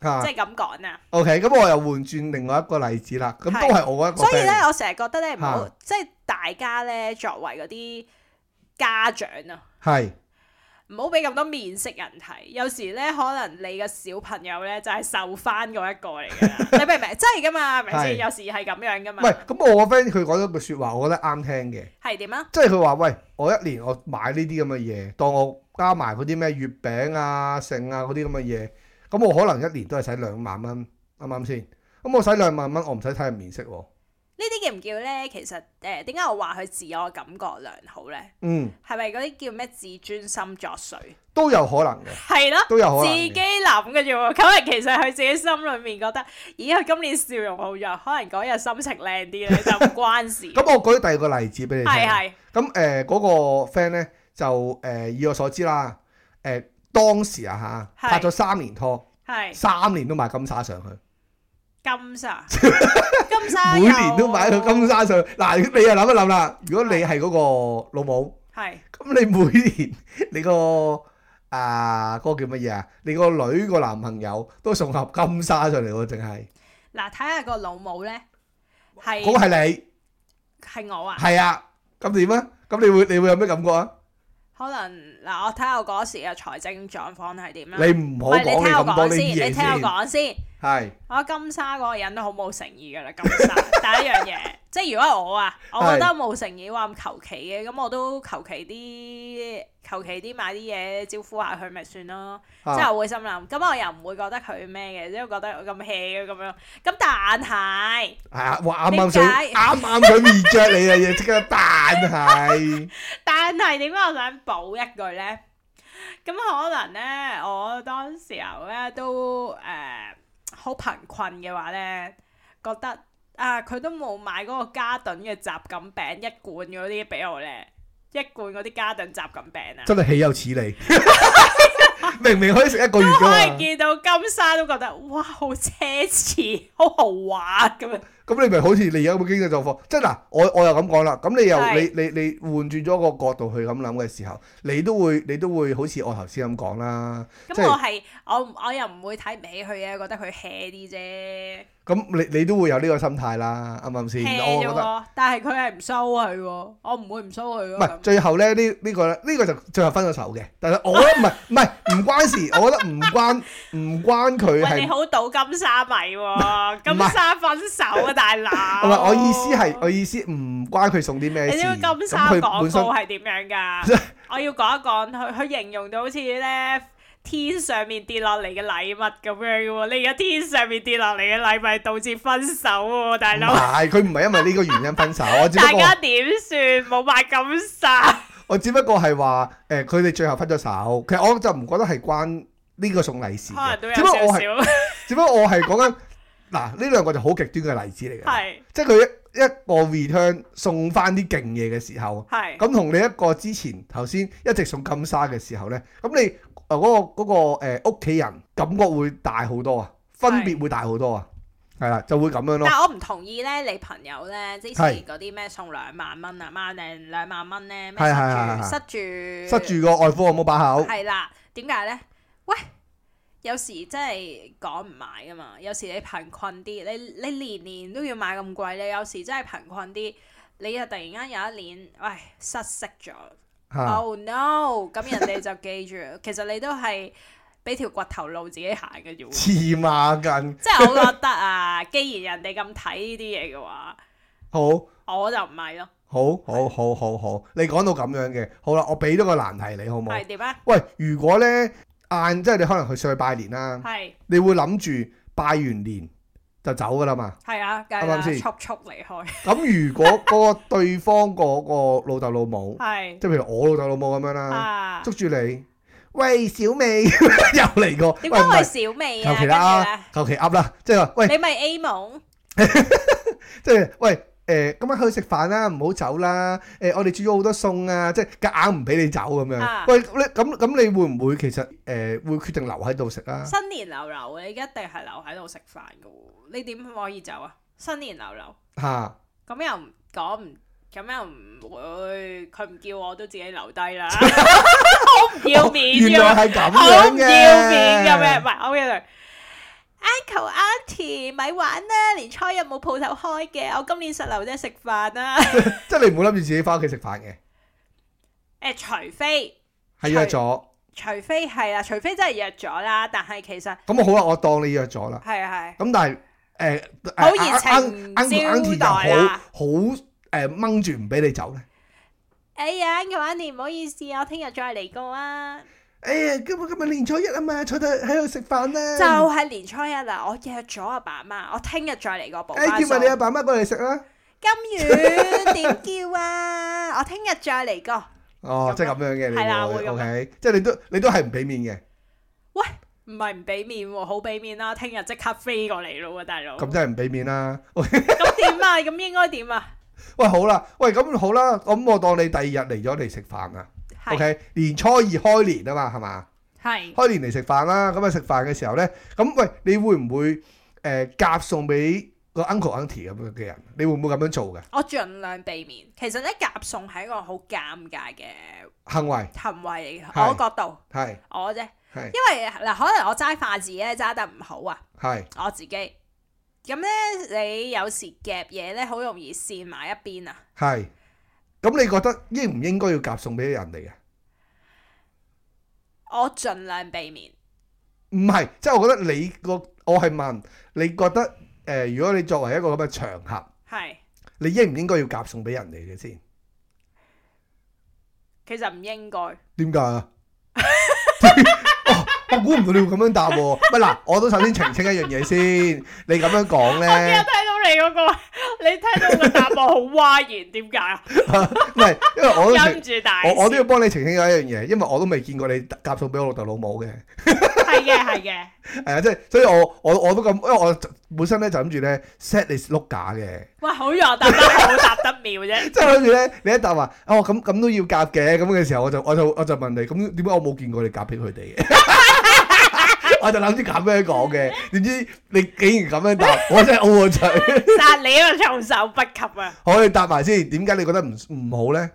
嚇
即係咁講啊。
，OK，咁我又換轉另外一個例子啦。咁
係
都係我一個
所以
friend
咧，我成日覺得咧，唔好
嚇
即係大家咧作為嗰啲家長啊。
係
唔好俾咁多面色人睇，有時咧可能你嘅小朋友咧就係受翻嗰一個嚟㗎 啦，你明唔明？真係㗎嘛，係咪先？
係
有時係咁啊樣㗎
唔
嘛，
係？咁我個 friend 佢講咗句説話，我覺得啱聽嘅。
係點啊？
即係佢話：喂，我一年我買呢啲咁嘅啊嘢，當我加埋嗰啲咩月餅啊、剩啊嗰啲咁嘅嘢，咁我可能一年都係使兩萬蚊，啱唔啱先？咁我使兩萬蚊，我唔使睇人面色喎。
呢啲叫唔叫咧？其實誒點解我話佢自我感覺良好咧？
嗯，
係咪嗰啲叫咩自尊心作祟？
都有可能嘅，
係咯。
都有可
自
能
己
嘅。
諗嘅啫喎，可能其實佢自己心裏面覺得，咦，佢今年笑容好咗，可能嗰日心情靚啲咧，就唔關事。
咁我舉第二個例子俾你聽。
係係
咁誒嗰個 friend 咧就誒、呃以我所知啦，誒、當時啊嚇
係
拍咗三年拖，
係，
三年都買金沙上去。
金沙，金沙
每年都買到
有
金，沙上去。嗱，你又諗一諗啦，如果你係嗰個老母。
係
咁你每年你個啊嗰、個叫乜嘢啊？你個女個男朋友都送盒金沙上嚟喎，淨係
嗱，睇下個老母咧，係
嗰個係你
係我啊，
係啊？咁點啊？咁你會你會有咩感覺啊？
可能嗱，我睇下我嗰時嘅財政狀況係點啦。
你唔好
喂，你
講你
聽我
咁多
講
呢啲
先，
嘢
你聽我
先，
講先。
係
我金沙嗰個人都好冇誠意噶啦，金沙 第一樣嘢，即係如果係我啊，我覺得冇誠意話咁求其嘅，咁我都求其啲，求其啲買啲嘢招呼下佢咪算咯。即
啊
係我會心諗，咁我又唔會覺得佢咩嘅，即係覺得我咁 hea 嘅咁樣。咁但係。
係啊！哇，啱啱想
點解
啱啱想面着你啊，嘢即刻彈係
但係點解我想補一句呢？咁可能呢，我當時候呢都誒好、貧困嘅話呢，覺得啊佢都冇買嗰個嘉頓嘅雜錦餅一罐嗰啲俾我呢，一罐嗰啲嘉頓雜錦餅啊，
真係豈有此理！ 明明可以食一個月
我
㗎
係
嘛，
見到金沙都覺得哇好奢侈，好豪華咁樣，
咁你咪好似你而家咁嘅經濟狀況，即係嗱，我我又咁講啦，咁你又
係
你你你換轉咗個角度去咁諗嘅時候，你都會你都會好似我頭先咁講啦，即
咁我
係
係我我又唔會睇唔起佢嘅，覺得佢 hea 啲啫
咁你你都會有呢個心態啦，啱唔啱
hea
先？我覺
啫
得
喎，但係佢係唔收佢喎，我唔會唔收佢
唔
咯。咁
係最後咧呢呢個咧呢個就最後分咗手嘅，但係我咧唔係唔係唔關 事，我覺得唔關唔關佢
喂，你
係。
好賭金沙米喎、金沙分手啊，大佬！
唔係我意思係，我意思唔關佢送啲咩
啊你
事。
知唔知
咁
金沙
佢
廣
本身
告係點 樣㗎？我要講一講，佢佢形容到好似咧天上面跌落嚟嘅禮物咁樣嘅喎。你而家天上面跌落嚟嘅禮物係導致分手喎、大
唔
佬！
係佢唔係因為呢個原因分手，我只
大
不過
家點算？冇買金沙，
我只不過係話誒，佢、哋最後分咗手，其實我就唔覺得係關呢個送禮事
可能
嘅
都有
只不過我
少
係，
少
只不過我係講緊嗱呢兩個就好極端嘅例子嚟嘅，
係
即係佢一一個 return 送翻啲勁嘢嘅時候，
係
咁同你一個之前頭先一直送金沙嘅時候咧，咁你誒嗰、個嗰、個呃屋企人感覺會大好多啊，分別會大好多啊，係啦，就會咁樣咯
但。我唔同意咧，你朋友咧之前
係
嗰啲咩送兩萬蚊啊，萬零兩萬蚊咧，咩
係係
塞住
塞
塞
住個外父我冇把口，
係啦，點解咧？喂，有時真係講唔買噶嘛，有時你貧困啲，你你年年都要買咁貴，你有時真係貧困啲，你又突然間有一年，喂失色咗、
啊嚇
o h no！咁人哋就記住，其實你都係俾條骨頭路自己行嘅啫 喎。
黐孖筋，
即係我覺得啊，既然人哋咁睇呢啲嘢嘅話，
好。
我就唔買咯。
好好好好好，你講到咁樣嘅，好啦，我俾多個難題你好冇？
係點啊？
喂，如果啊呢晏即係你可能去上去拜年啦，
係
你會諗住拜完年就走噶啦嘛。
係啊，梗係
啱
啦，
唔啱先啊
速速離開，
咁如 果嗰個對方嗰個老豆老母，
係
即係譬如我老豆老母咁樣啦，
啊。
捉住你，喂小美 又嚟過，
點
喂
解
唔
我係
係
小美啊？
求
跟
其
住咧
啦，，啊求其噏啦，即係話喂，
你咪 A 夢，
即係喂。誒，今晚去食飯啦，唔好走啦。誒，我哋煮咗好多餸啊，即係夾硬唔俾你走咁
啊
樣。喂，你咁咁，你會唔會其實誒會決定留喺度食啊？
新年流流，你一定係留喺度食飯噶喎，你點可以走啊？新年流流，
嚇！
咁又唔講唔，咁又唔會，佢唔叫我都自己留低 啦，好唔要面
原
㗎。
來係咁
好
樣
唔要
嘅，
面咁樣，唔係我嘅 Uncle Auntie 咪玩啦，年初一冇鋪頭開嘅，我今年實留啫食飯啦。
即係你唔好諗住自己翻屋企食飯嘅，
誒，除非
係約咗。
除非係啦，除非真係約咗啦，但係其實
咁我好啦，我當你約咗啦。
係係
咁但係誒，
好熱情招待
又
啦
好好誒掹住唔俾你走咧。
哎呀，Uncle Auntie 唔好意思，我聽日再嚟過啊。
哎呀，今日今日年初一啊嘛，坐低喺度食飯
就
啦。
係年初一啦，我約咗阿爸媽，我聽日再嚟過補
誒，
翻
叫埋你阿
數。
爸媽過嚟食啦。
金魚點叫啊？我聽日再嚟過。
哦，即係咁樣嘅，你
係啦會
會
咁
OK，即係你都你都係唔俾面嘅，
唔係唔俾面喎，好俾面啦！聽日即刻飛過嚟咯喎，大佬。
咁真係唔俾面啦。
咁點啊？咁應該點啊？
喂，好啦，喂，咁好啦，咁我當你第二日嚟咗嚟食飯啦。
係嗯
OK，年初二開年啊嘛，係嘛？
係
開年嚟食飯啦，咁啊食飯嘅時候咧，咁喂，你會唔會誒、呃夾送俾個 uncle auntie 咁樣嘅人？你會唔會咁樣做嘅
我盡量避免。其實咧夾餸係一個好尷尬嘅
行為？
行為嚟嘅，
係
我角度
係
我啫，
係
因為嗱，可能我揸筷子咧揸得唔好啊，
係
我自己。咁咧，你有時夾嘢咧，好容易跣埋一邊啊！
係。咁你覺得應唔應該要夾送俾人哋嘅？啊
我盡量避免。
唔係，即係我覺得你個我係問你覺得誒、呃如果你作為一個咁嘅場合，
係，
你應唔應該要夾送俾人哋嘅先？
其實唔應該。
點解啊？ 哦我估唔到你會咁樣答喎、咪嗱，我都首先澄清一樣嘢先。你咁樣講
我今日
咧
聽。到你嗰個，你聽到個答案好蛙然，點解啊？
唔係，因為我都
跟
澄
住大
我我都
笑
要幫你澄清咗一樣嘢，因為我都未見過你夾數俾我老豆老母嘅，
係嘅，係嘅，
係啊，即係所以我我我都咁，因為我本身咧就諗住咧 set 你碌架嘅，
哇！好弱答得好，答得妙啫。
即係諗住咧你一答話哦咁咁都要夾嘅，咁嘅時候我就我就我就問你，咁點解我冇見過你夾俾佢哋嘅？ 我就諗住咁樣講嘅，點知你竟然咁樣答， 我真係 O 個嘴。
殺你啊，措手不及啊！
好，你答埋先，點解你覺得唔唔好咧？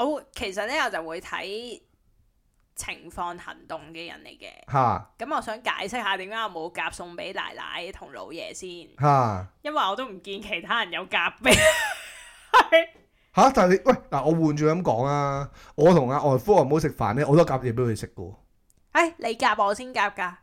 我其實咧，我就會睇情況行動嘅人嚟嘅。
嚇
咁我想解釋下點解我冇夾送俾奶奶同老爺先，
嚇。
因為我都唔見其他人有夾俾。
吓、但係你喂嗱，我換住咁講啊，我同阿外夫外母食飯咧，我都夾嘢俾佢食嘅喎。
唉，你夾我先夾㗎，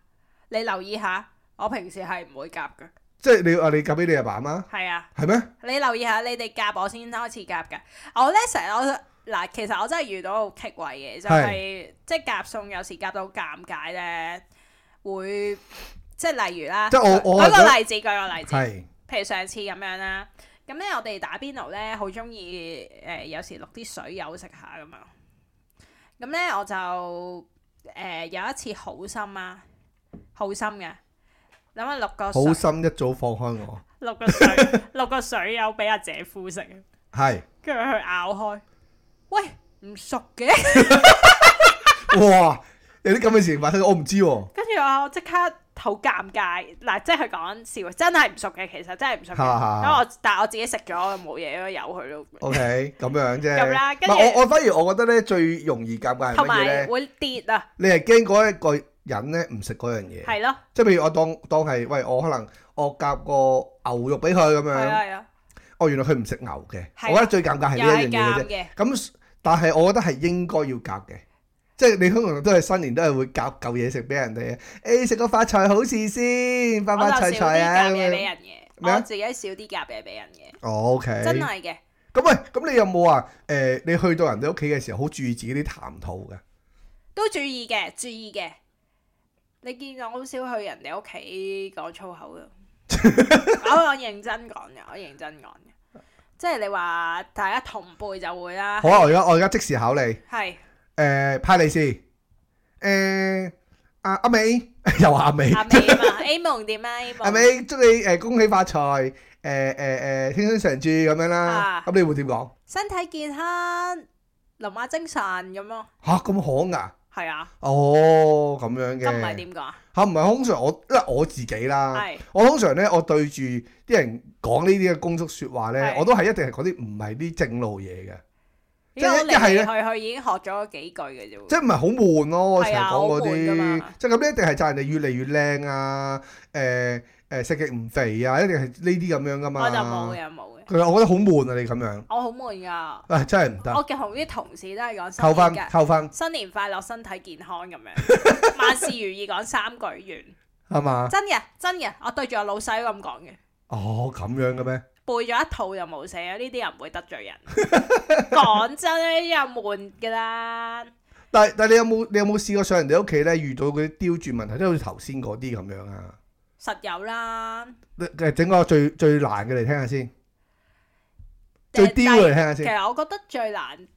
你留意下，我平時係唔會夾㗎。
即係你啊，你夾俾你阿爸阿媽
係啊，
係咩？
你留意下，你哋夾我先開始夾㗎。我咧成日我嗱，其實我真係遇到棘位嘅，就係、即係夾餸有時夾到尷尬咧，會即係例如啦，
即係我我係
舉
覺得
個例子，舉個例子。
係
譬如上次咁樣啦，咁咧我哋打邊爐咧，好中意誒，有時落啲水友食下咁樣。咁咧我就誒、呃有一次好心啊，好心嘅，諗下落個
好
水，
心一早放開我，
落個水，落個水友俾阿姐夫食，
係
跟住佢咬開，喂唔熟嘅，
哇有啲咁嘅事情發生，我唔知喎、
跟住我即刻好尷尬，嗱即係佢講笑，真係唔熟嘅，其實真係唔熟嘅，
哈哈
咁我但係我自己食咗，我冇嘢咯，由佢咯。
OK 咁樣啫。
咁啦
唔
跟住
係我我反而我覺得咧最容易尷尬係
同
乜嘢
埋
咧？
會跌啊，
你係驚嗰一個人咧唔食嗰樣嘢，
係咯，
即係譬如我當當係喂我可能我夾個牛肉俾佢咁
係啊
樣，
係啊，
哦原來佢唔食牛嘅，
係
我
啊
覺得最尷尬係
又
呢
係
一樣嘢嘅啫
尷。嘅，
咁但係我覺得係應該要夾嘅，即係你通常都係新年都係會夾嚿嘢食俾人哋嘅。誒食個發財好事先，發
我
發
就少
財
啲
財啊
夾嘢
咁
俾
樣。
人嘅，
咩啊
我自己少啲夾嘢俾人嘅，
哦，OK。
真係嘅。
咁喂，咁你有冇話誒？你去到人哋屋企嘅時候，好注意自己啲談吐嘅。
都 注意嘅，注意嘅。你見我好少去人哋屋企講粗口嘅，我我認真講嘅，我認真講嘅，即係你話大家同輩就會啦
好，啊，我而家我而家即時考你，誒、
係
派利是，誒、阿阿美 又話阿美，
阿美啊 嘛，A 夢點啊？A
阿
夢
美祝你誒恭喜發財，誒誒誒青春常駐咁樣啦
啊，
咁你會點講？
身體健康，龍馬精神咁咯，
吓咁行啊？
係啊，
哦，咁樣
咁唔係
嘅啊
點講啊？
嚇，唔係通常我因為我自己啦，
係
我通常咧我對住啲人講呢啲嘅公祝説話咧，
係
我都係一定係嗰啲唔係啲正路嘢嘅，即
因
係
為我
一係
嚟
咧
嚟去去已經學咗幾句嘅啫喎
即。係唔係好悶咯？我成日
係啊
講嗰
好悶
啲
㗎嘛，
即係咁呢一定係讚人哋越嚟越靚啊，誒誒食極唔肥啊，一定係呢啲咁樣噶嘛。
我就冇。
嗯
嘅，冇嘅，
佢話我覺得好悶啊，你咁樣，
我好悶噶。
啊真係唔得，
我嘅同啲同事都係講新
扣分
年嘅，
扣分
新年快樂，身體健康咁樣， 萬事如意講三句 完，
係嘛？
真嘅真嘅，我對住我老細都咁講嘅。
哦咁樣嘅咩？
背咗一套就冇寫，呢啲又唔會得罪人。 講真呢啲又悶㗎啦，
但係但係你有冇你有冇試過上人哋屋企咧遇到嗰啲刁鑽問題，即係好似頭先嗰啲咁樣啊？
實有啦。
你誒整個最最難嘅嚟聽下先，最刁嘅嚟聽下
其
先。
實我覺得最難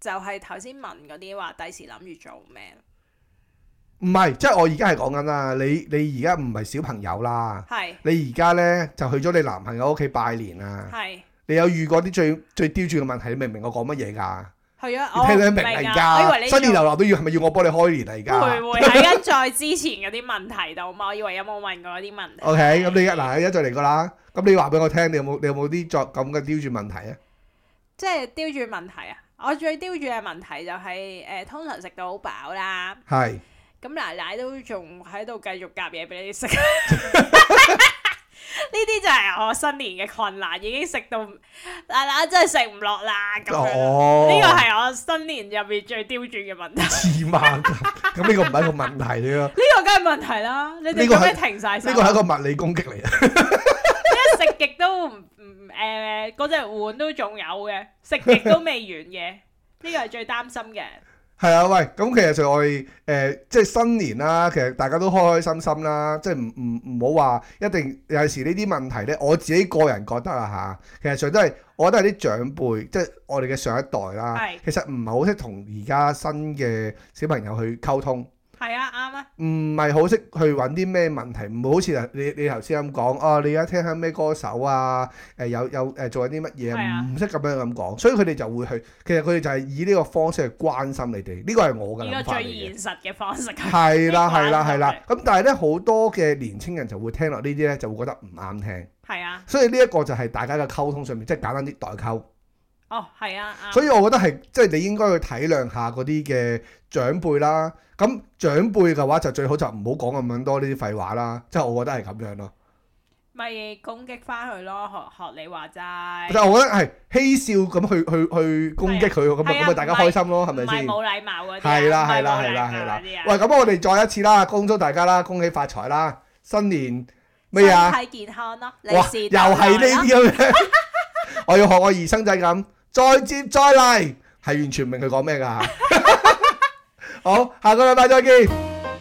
就係頭先問嗰啲話，第時諗住做咩？
唔係，即係我而家係講緊啦，你你而家唔係小朋友啦，
係
你而家咧就去咗你男朋友屋企拜年啦。
係
你有遇過啲最最刁鑽嘅問題？你明唔明我講乜嘢㗎？
去咗，
你
我
聽得明
唔
啊
哦明
而
啊我以為
家
你
新年
仲
流流都要係咪要我幫你開年嚟
徘
㗎
徊喺跟在之前嗰啲問題度嘛，我以為有冇問過嗰啲問題。
？OK，咁你一嗱而家再嚟個啦。咁你話俾我聽，你有冇你有冇啲作咁嘅刁鑽問題啊？
即係刁住問題啊！我最刁住嘅問題就係、誒、通常食到好飽啦，
係
咁奶奶都仲喺度繼續夾嘢俾你食。呢 啲就係我新年嘅困難，已經食到奶奶真係食唔落啦咁樣咯。
哦，
呢個係我新年入面最刁鑽嘅問題，呢
黐孖筋咁呢個唔係一個問題嚟 咯，
個梗係問題啦！你
呢
哋
個
做
係
咩停晒手？
呢個係一個物理攻擊嚟嘅。
食極都唔唔誒嗰隻碗都仲有嘅，食極都未完嘅，呢個係最擔心嘅。
係啊，喂，咁其實就我哋誒、呃即係新年啦，其實大家都開開心心啦，即係唔唔唔好話一定有陣時呢啲問題咧，我自己個人覺得啊嚇，其實上都係我覺得係啲長輩，即係我哋嘅上一代啦
係，
其實唔係好識同而家新嘅小朋友去溝通。
係啊，啱啊，
唔係好識去揾啲咩問題，唔好似你你頭先咁講，啊你而家聽緊咩歌手啊？誒、有有誒、做緊啲乜
係啊
嘢？唔識咁樣咁講，所以佢哋就會去，其實佢哋就係以呢個方式去關心你哋，呢個係我嘅
呢
諗
個
法嚟
最
嘅。
現實嘅方式。
係啦，係啦，
關心
係啦。咁但係咧，好多嘅年青人就會聽落呢啲咧，就會覺得唔啱聽。
係啊，
所以呢一個就係大家嘅溝通上面，即係簡單啲代溝。
哦，係啊，啱。
所以我覺得係即係你應該去體諒下嗰啲嘅長輩啦。咁長輩嘅話就最好就唔好講咁樣多呢啲廢話啦。即係我覺得係咁樣咯。
咪攻擊翻佢咯，學學你話
但
齋，
係我覺得係嬉笑咁去去去攻擊佢，咁咪
係啊
咁咪大家開心咯，係咪
唔係
先？
冇禮貌嗰啲啊，
係啦，
唔係
係啦，
冇
係啦，係
禮貌
啦
嗰啲啊。
喂，咁我哋再一次啦，恭祝大家啦，恭喜發財啦，新年咩啊？
身體健康咯，利
哇！
是
又
到來
係呢
咯，
啲咁樣， 我要學我兒生仔咁，再接再厲，係完全唔明佢講咩㗎。 好，下個禮拜再見，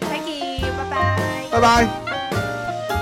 再見，拜拜。
拜拜。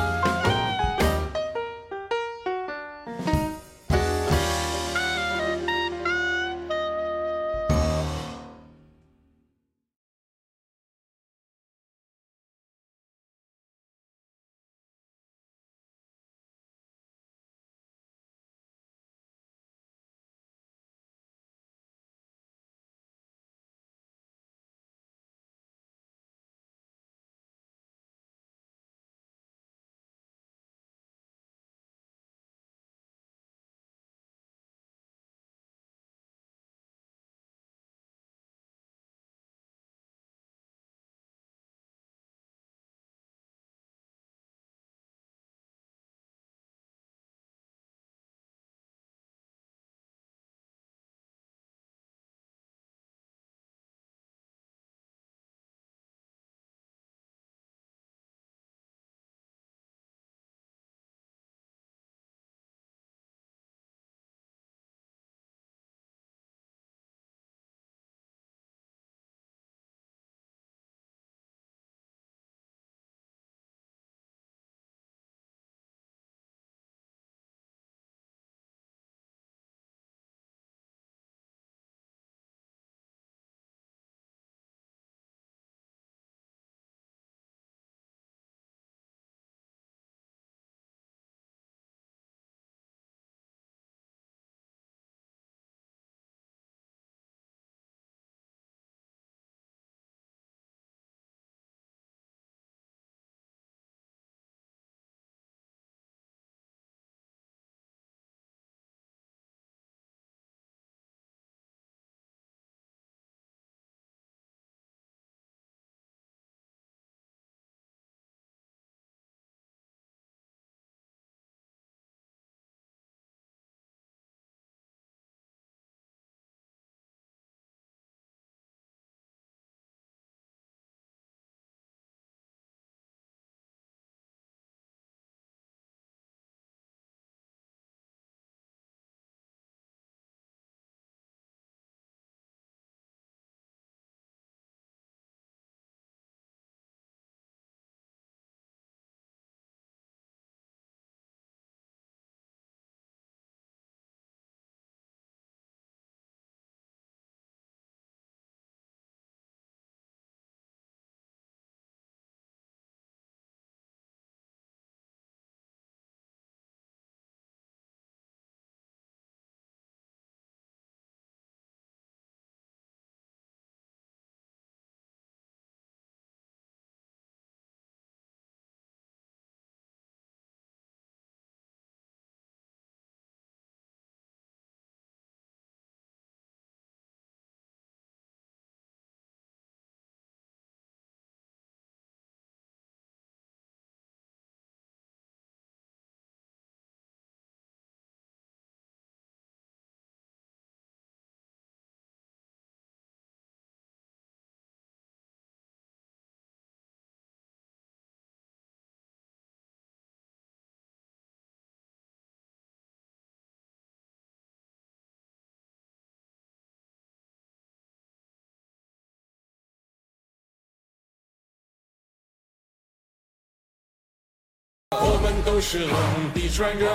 们都是冷的传人，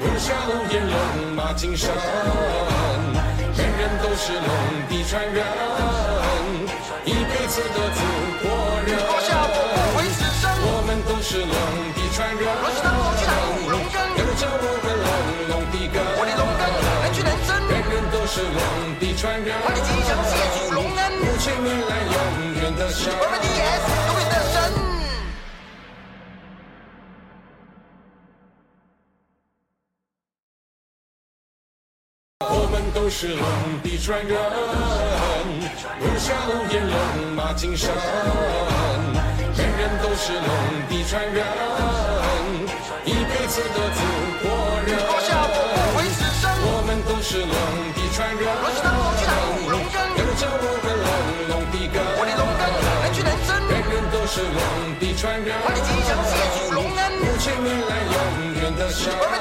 不下路也冷马精神。人人都是冷的传人，一辈子的祖国人。
脱下我不为此生，
我们都是冷的传人，
若是当我去哪无龙
有
根，
着我们冷冷的根。
我的龙根难去难伸，
人人都是冷的传人，
我的吉祥写出龙恩，
五千年来永远的神。
我们的 S 永远的神。
我们都是冷的传人，不下路也冷马精神。人人都是冷的传人，一辈子的祖国人。
脱下我不为此生，
我们都是冷的传人，
若是当我去哪无龙
有
根，
着我们冷冷的根。
我的龙根难去难伸，
人人都是冷的传人，
我的吉祥写出龙恩，
五千年来永远的神。
我们